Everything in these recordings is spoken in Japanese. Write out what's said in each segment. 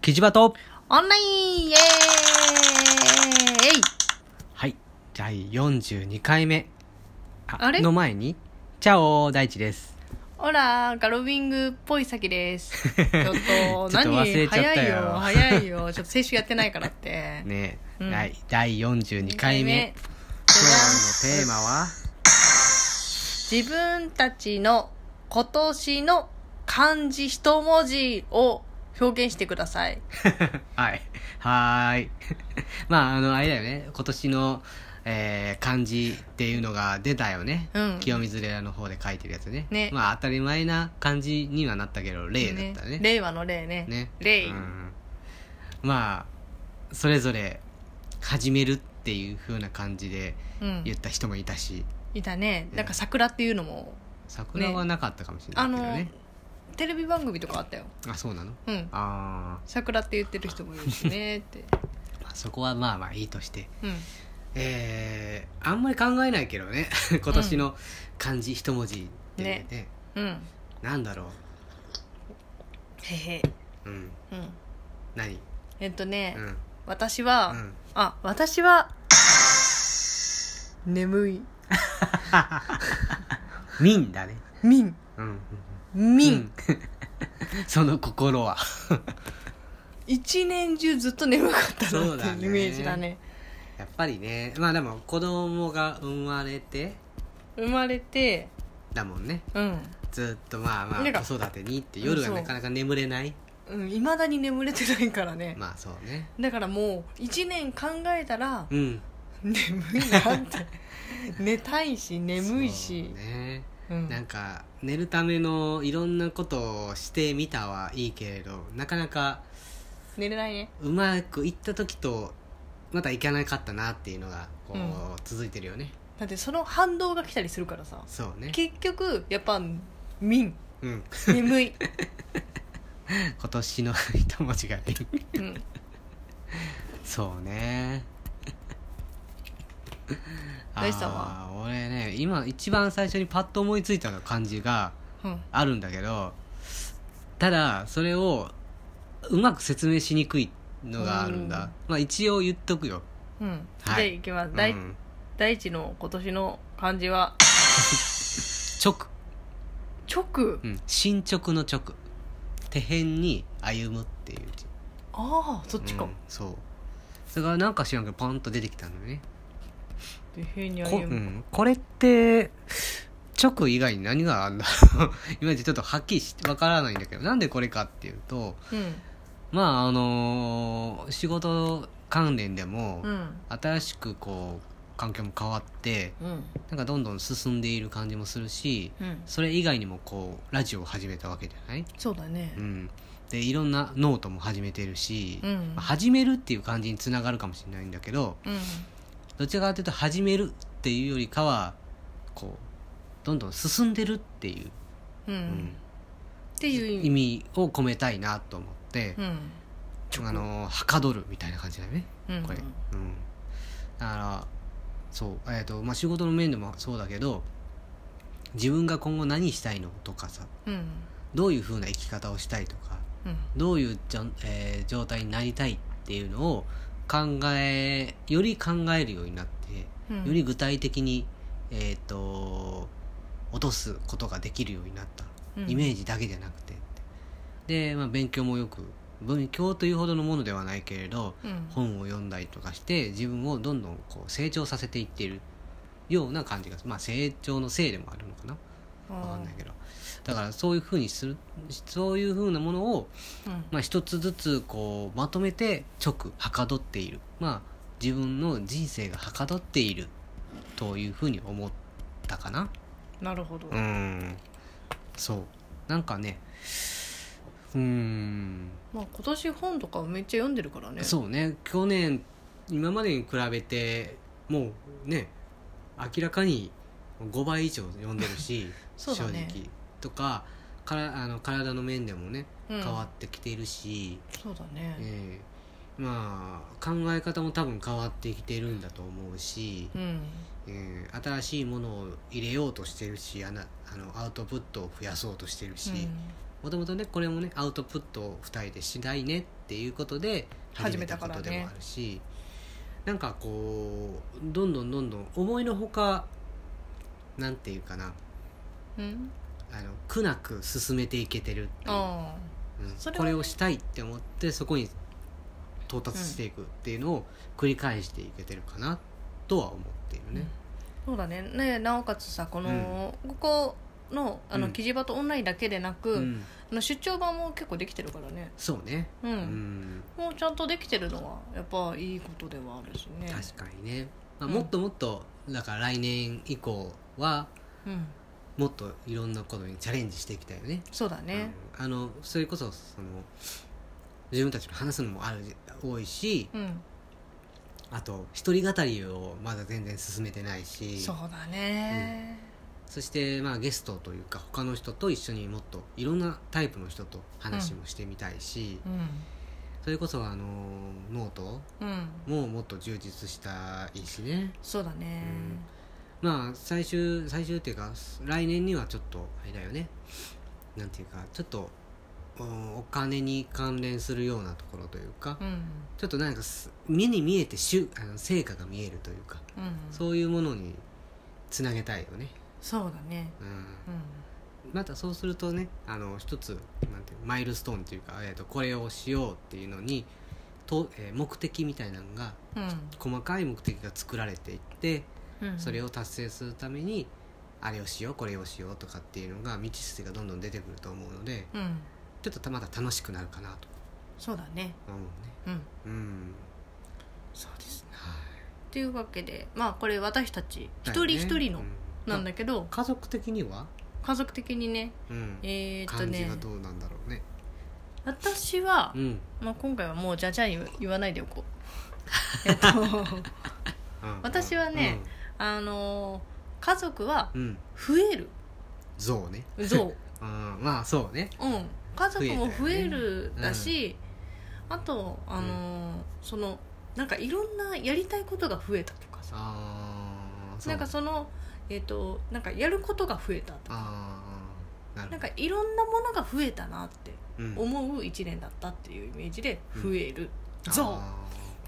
キジバトオンラインイエーイはい。第42回目。ああれの前に、チャオ大地です。オラガロウィングっぽい先 です。ちょっと、ちょっと忘れちゃったよ早いよ、早いよ。ちょっと先週やってないから って。ねえ、うん第第42回目。今日のテーマ は、自分たちの今年の漢字一文字を表現してください。はい。はーい。 まあ、あの、あれだよね。今年の、えー漢字っていうのが出たよね。うん清水寺の方で書いてるやつね。ねまあ、当たり前な漢字にはなったけど、例だったね。令和の例ね。ね。例、うんまあ、それぞれ、始めるっていう風な感じでうん言った人もいたし、いたね。なんか桜っていうのも、桜はなかったかもしれないあけどの、ね。テレビ番組とかあったよ。あそうなのうん。あ桜って言ってる人もいるしねって。ーまあ、そこはまあまあいいとして。うん。えー、あんまり考えないけど ね今年の漢字一文字ってねうん。なんだろへへ。ううんうん。何えっとね、うんうん私は、あ、私は、眠い。 「民」だねみん。 「うんみうん ん。」その心は一年中ずっと眠かったそうなだっねていうイメージだね。やっぱりねまあでも子供が生まれて生まれて、だもんねうん。ずっとまあまなんあか子育てにって夜がそうなかなか眠れないうん、未だに眠れてないからね。まあそうねだからもう、一年考えたら、うん眠い なって。寝たいし、眠いそしう。ねうんなんか寝るためのいろんなことをしてみたはいいけれどなかなか寝れないね。うまくいった時とまたいかなかったなっていうのがこう、うん続いてるよねだってその反動が来たりするからさ。そうね結局、やっぱ、みん。うん 眠い。今年の一文字がねうん。そうね大地さんはあー俺ね今一番最初にパッと思いついた感じがうん。あるんだけどただそれをうまく説明しにくいのがあるんだ、うんまあ一応言っとくようん、はいじゃあいきます、第うん第一の今年の漢字は直、 「直うん、進捗の直手辺に歩むっていう字」ああそっちか、うんそうそれがなんか知らんけどパンと出てきたのよねで平にこ,、歩うむ、ん、これって直以外に何があんだ いまいちちょっとはっきりしわからないんだけどなんでこれかっていうとうんまああのー仕事関連でも、うん新しくこう環境も変わってうんなんかどんどん進んでいる感じもするしうんそれ以外にもこうラジオを始めたわけじゃない、そうだねうん、でいろんなノートも始めてるし、うんまあ始めるっていう感じにつながるかもしれないんだけどうんどちらかというと始めるっていうよりかはこうどんどん進んでるっていう、うん、うんっていう意意味味を込めたいなと思って、うんあのはかどるみたいな感じだよね。うんこれ、うん、だからそう、えーとまあ、仕事の面でもそうだけど自分が今後何したいのとかさうんどういう風な生き方をしたいとかうんどういうじゃん、えー状態になりたいっていうのを考えより考えるようになってうんより具体的に、えー、と落とすことができるようになったうんイメージだけじゃなくてで、まあ、勉強もよく勉強というほどのものではないけれど、うん本を読んだりとかして自分をどんどんこう成長させていっているような感じがまあ成長のせいでもあるのかな分かんないけどだからそういうふうにするそういうふうなものを、うんまあ、一つずつこうまとめて直はかどっているまあ自分の人生がはかどっているというふうに思ったかななるほど、うんそうなんかねうーんまあ、今年本とかめっちゃ読んでるからねそうね去年今までに比べてもうね明らかに5倍以上読んでるし そうだね正直とかからあの体の面でもねうん変わってきているし、そうだねええまあ考え方も多分変わってきてるんだと思うし、うんええ新しいものを入れようとしてるしあなあのアウトプットを増やそうとしてるし、うんまもともとねこれもねアウトプットを2人でしたいねっていうことで始めたからねことでもあるし、なんかこうどんどんどんどん思いのほかなんていうかなうんあの苦なく進めていけてるっていうあうんそれはねこれをしたいって思ってそこに到達していくっていうのを繰り返していけてるかなとは思っているね。そうだねねなおかつさこの、ここのあうのん記事場とオンラインだけでなく、うんあの出張版も結構できてるからねそうね、うん、うんもうちゃんとできてるのはやっぱいいことではあるしね確かにね、まあ、うんもっともっと、だから来年以降はうん、もっといろんなことにチャレンジしていきたいよね。そうだねうんあのそれこそその自分たちの話すのもある多いしうん、あと一人語りをまだ全然進めてないしそうだね、そしてまあゲストというか他の人と一緒にもっといろんなタイプの人と話もしてみたいし、うそれこそあのノートん、うん、ももっと充実したいしねそうだね、まあ最終最終っていうか来年にはちょっとあれだよねなんていうかちょっとうんお金に関連するようなところというか、うん、ちょっとなんかす目に見えてしゅあの成果が見えるというか、うん、そうそういうものにつなげたいよね、だね、うん、うまたそうするとねあの一つなんていうマイルストーンというか、えー、とこれをしようっていうのにと、えー目的みたいなのがん、細かい目的が作られていってうん、うん、それを、を達成するためにあれをしようこれをしようとかっていうのが道筋がどんどん出てくると思うのでうん、ちょっとたまだ楽しくなるかなとそうだね、思うねうん、うんそうですね。はというわけで、まあこれ私たちい一人一人のうんなんだけど、家族的には、家族的にね、うんえー、っと感じねが、どうなんだろうね私はう、ん、まあ今回はもうじゃじゃ言言わないで おこう。えっと、うん私はねあのー家族はうん、うん、増 える象ね増、うんまあそうねうん、家族も増え増るだし、あとあのーそのなんかいろんなやりたいことが増えたとかさああなんかそのえっ、となんかやることが増えたとかああなるなほどんかいろんなものが増えたなってうん思う一年だったっていうイメージでうん増える、増あ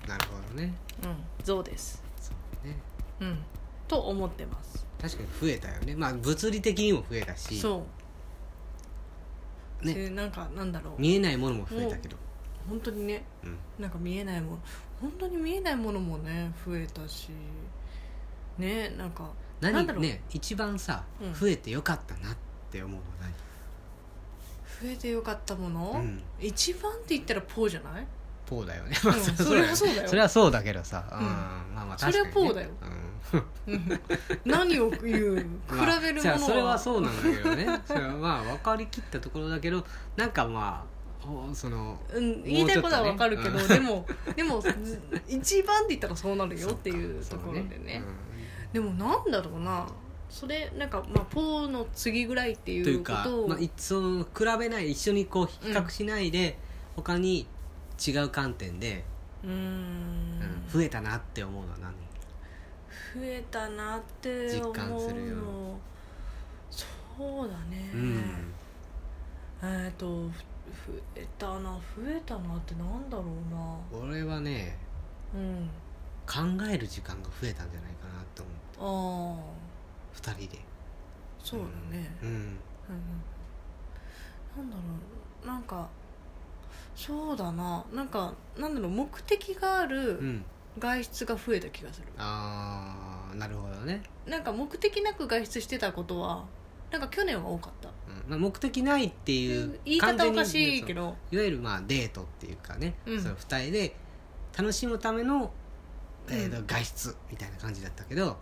ーなるほどねうん増ですそうねうんと思ってます確かに増えたよねまあ物理的にも増えたしそう、ねでなんかなんだろう見えないものも増えたけど本当にねうんなんか見えないもの本当に見えないものもね増えたしねなんかなん何だろうね一番さうん増えてよかったなって思うのは何増えてよかったもの、うん一番って言ったらポーじゃ ないポーだよね んそれはそうだよそれはそうだけどさうんうんまあまあそ確れかにはねポーだようんうん何を言う比 まあべるもじゃあのそれはそうなんだけどね それはまあ分かりきったところだけどなんかまあほそのうん、言いたいことはわかるけど、もうでもでもず一番って言ったらそうなるよっていうそとかころでねそうでもなんだろうなそれなんか、まあ、ポーの次ぐらいっていうんといううこかとを、まあ、いその比べない一緒にこう比較しないで、他に違う観点で、うーんうん増えたなって思うのは何増えたなって思う実の感するよそうだね、うんえっ、とふ増えたな増えたなってなんだろうな俺はねうん考える時間が増えたんじゃないかなと思うああ二人でそうだね、うんうんなんだろうなんかそうだななんかなんだろう目的があうるん外出が増えた気がする、ああなるほどね、なんか目的なく外出してたことはなんか去年は多かったうんまあ、目的ないっていう言い完方全おにかしいけどいわゆるまあデートっていうかね、うんその2人で楽しむための、えーとう外出みたいな感じだったけど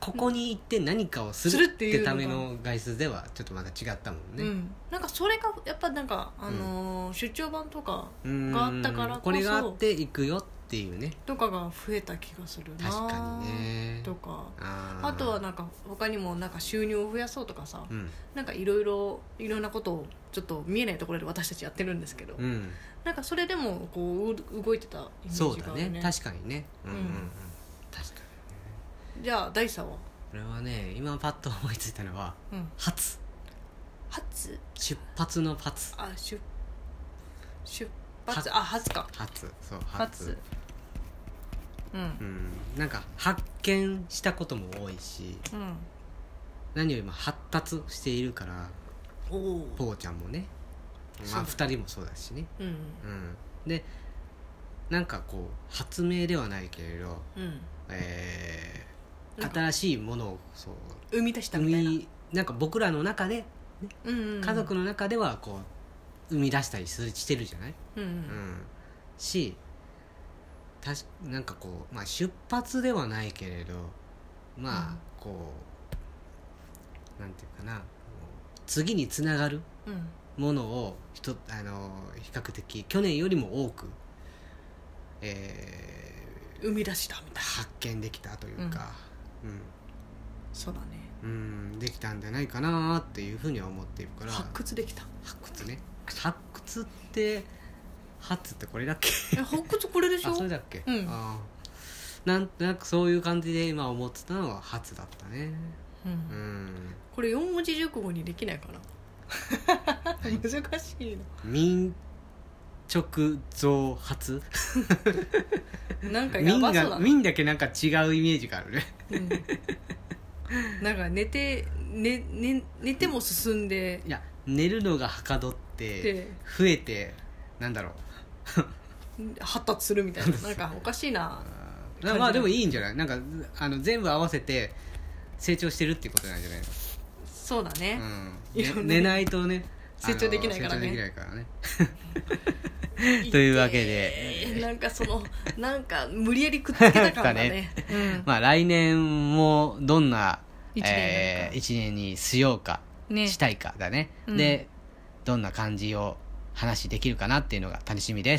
ここに行って何かをすするるっってていうのがための外出ではちょっとまた違ったもんうね。ん、なんかそれがやっぱなんか、あのー出張版とかうーんがあったからこそこれがあって行くよっていうねとかが増えた気がするな確かにねとかあーあとはなんか他にもなんか収入を増やそうとかさ、うんなんかいろいろいろんなことをちょっと見えないところで私たちやってるんですけど、うんなんかそれでもこうう動いてたイメそーうジだがあねるね確かにねうんうん、うんうん確かにじゃあ大佐は、これはね今パッと思いついたのはうん、初発出発のパツあ出出発あ発か発そう発うんうんなんか発見したことも多いしうん何よりも発達しているからおおぽーちゃんもねそまうだあ2人もそうだしねうんうんでなんかこう発明ではないけれど、うんえーなんか新しいものをそう生み出した生みたいなみなんか僕らの中でうんうんうん家族の中ではこう生み出したりするしてるじゃない、うんうんうん、し確かなんかこう、まあ、出発ではないけれどまあうんこう、なんていうかな次につながるうんものをひとあの比較的去年よりも多く、え生み出したみーたいな発見できたというか、そうだねうんうんできたんじゃないかなっていうふうには思っているから発掘できた発掘ね発掘って発ってこれだっけえ発掘これでしょあそれだっけ、うんあーなんとなくそういう感じで今思ってたのは初だったねううんんこれ四文字熟語にできないかな何難しい民直増発ななんかや民ばそうがだな、民だけなんか違うイメージがあるねうん、なんか寝て、ねね、寝ても進んでいや寝るのがはかどってで増えてなんだろう発達するみたいななんかおかしいなあーまあでもいいんじゃないなんかあの全部合わせて成長してるってことなんじゃないそうだね、いろの、うんね、いろね寝ないとね成長できないからねあの成長できないからねて というわけでなんかそのなんか無理やりくっつけた感だ ねうんまあ来年もどんな一年になるかえー一年にしようか、ねしたいかだね、うんでどんな感じを話できるかなっていうのが楽しみです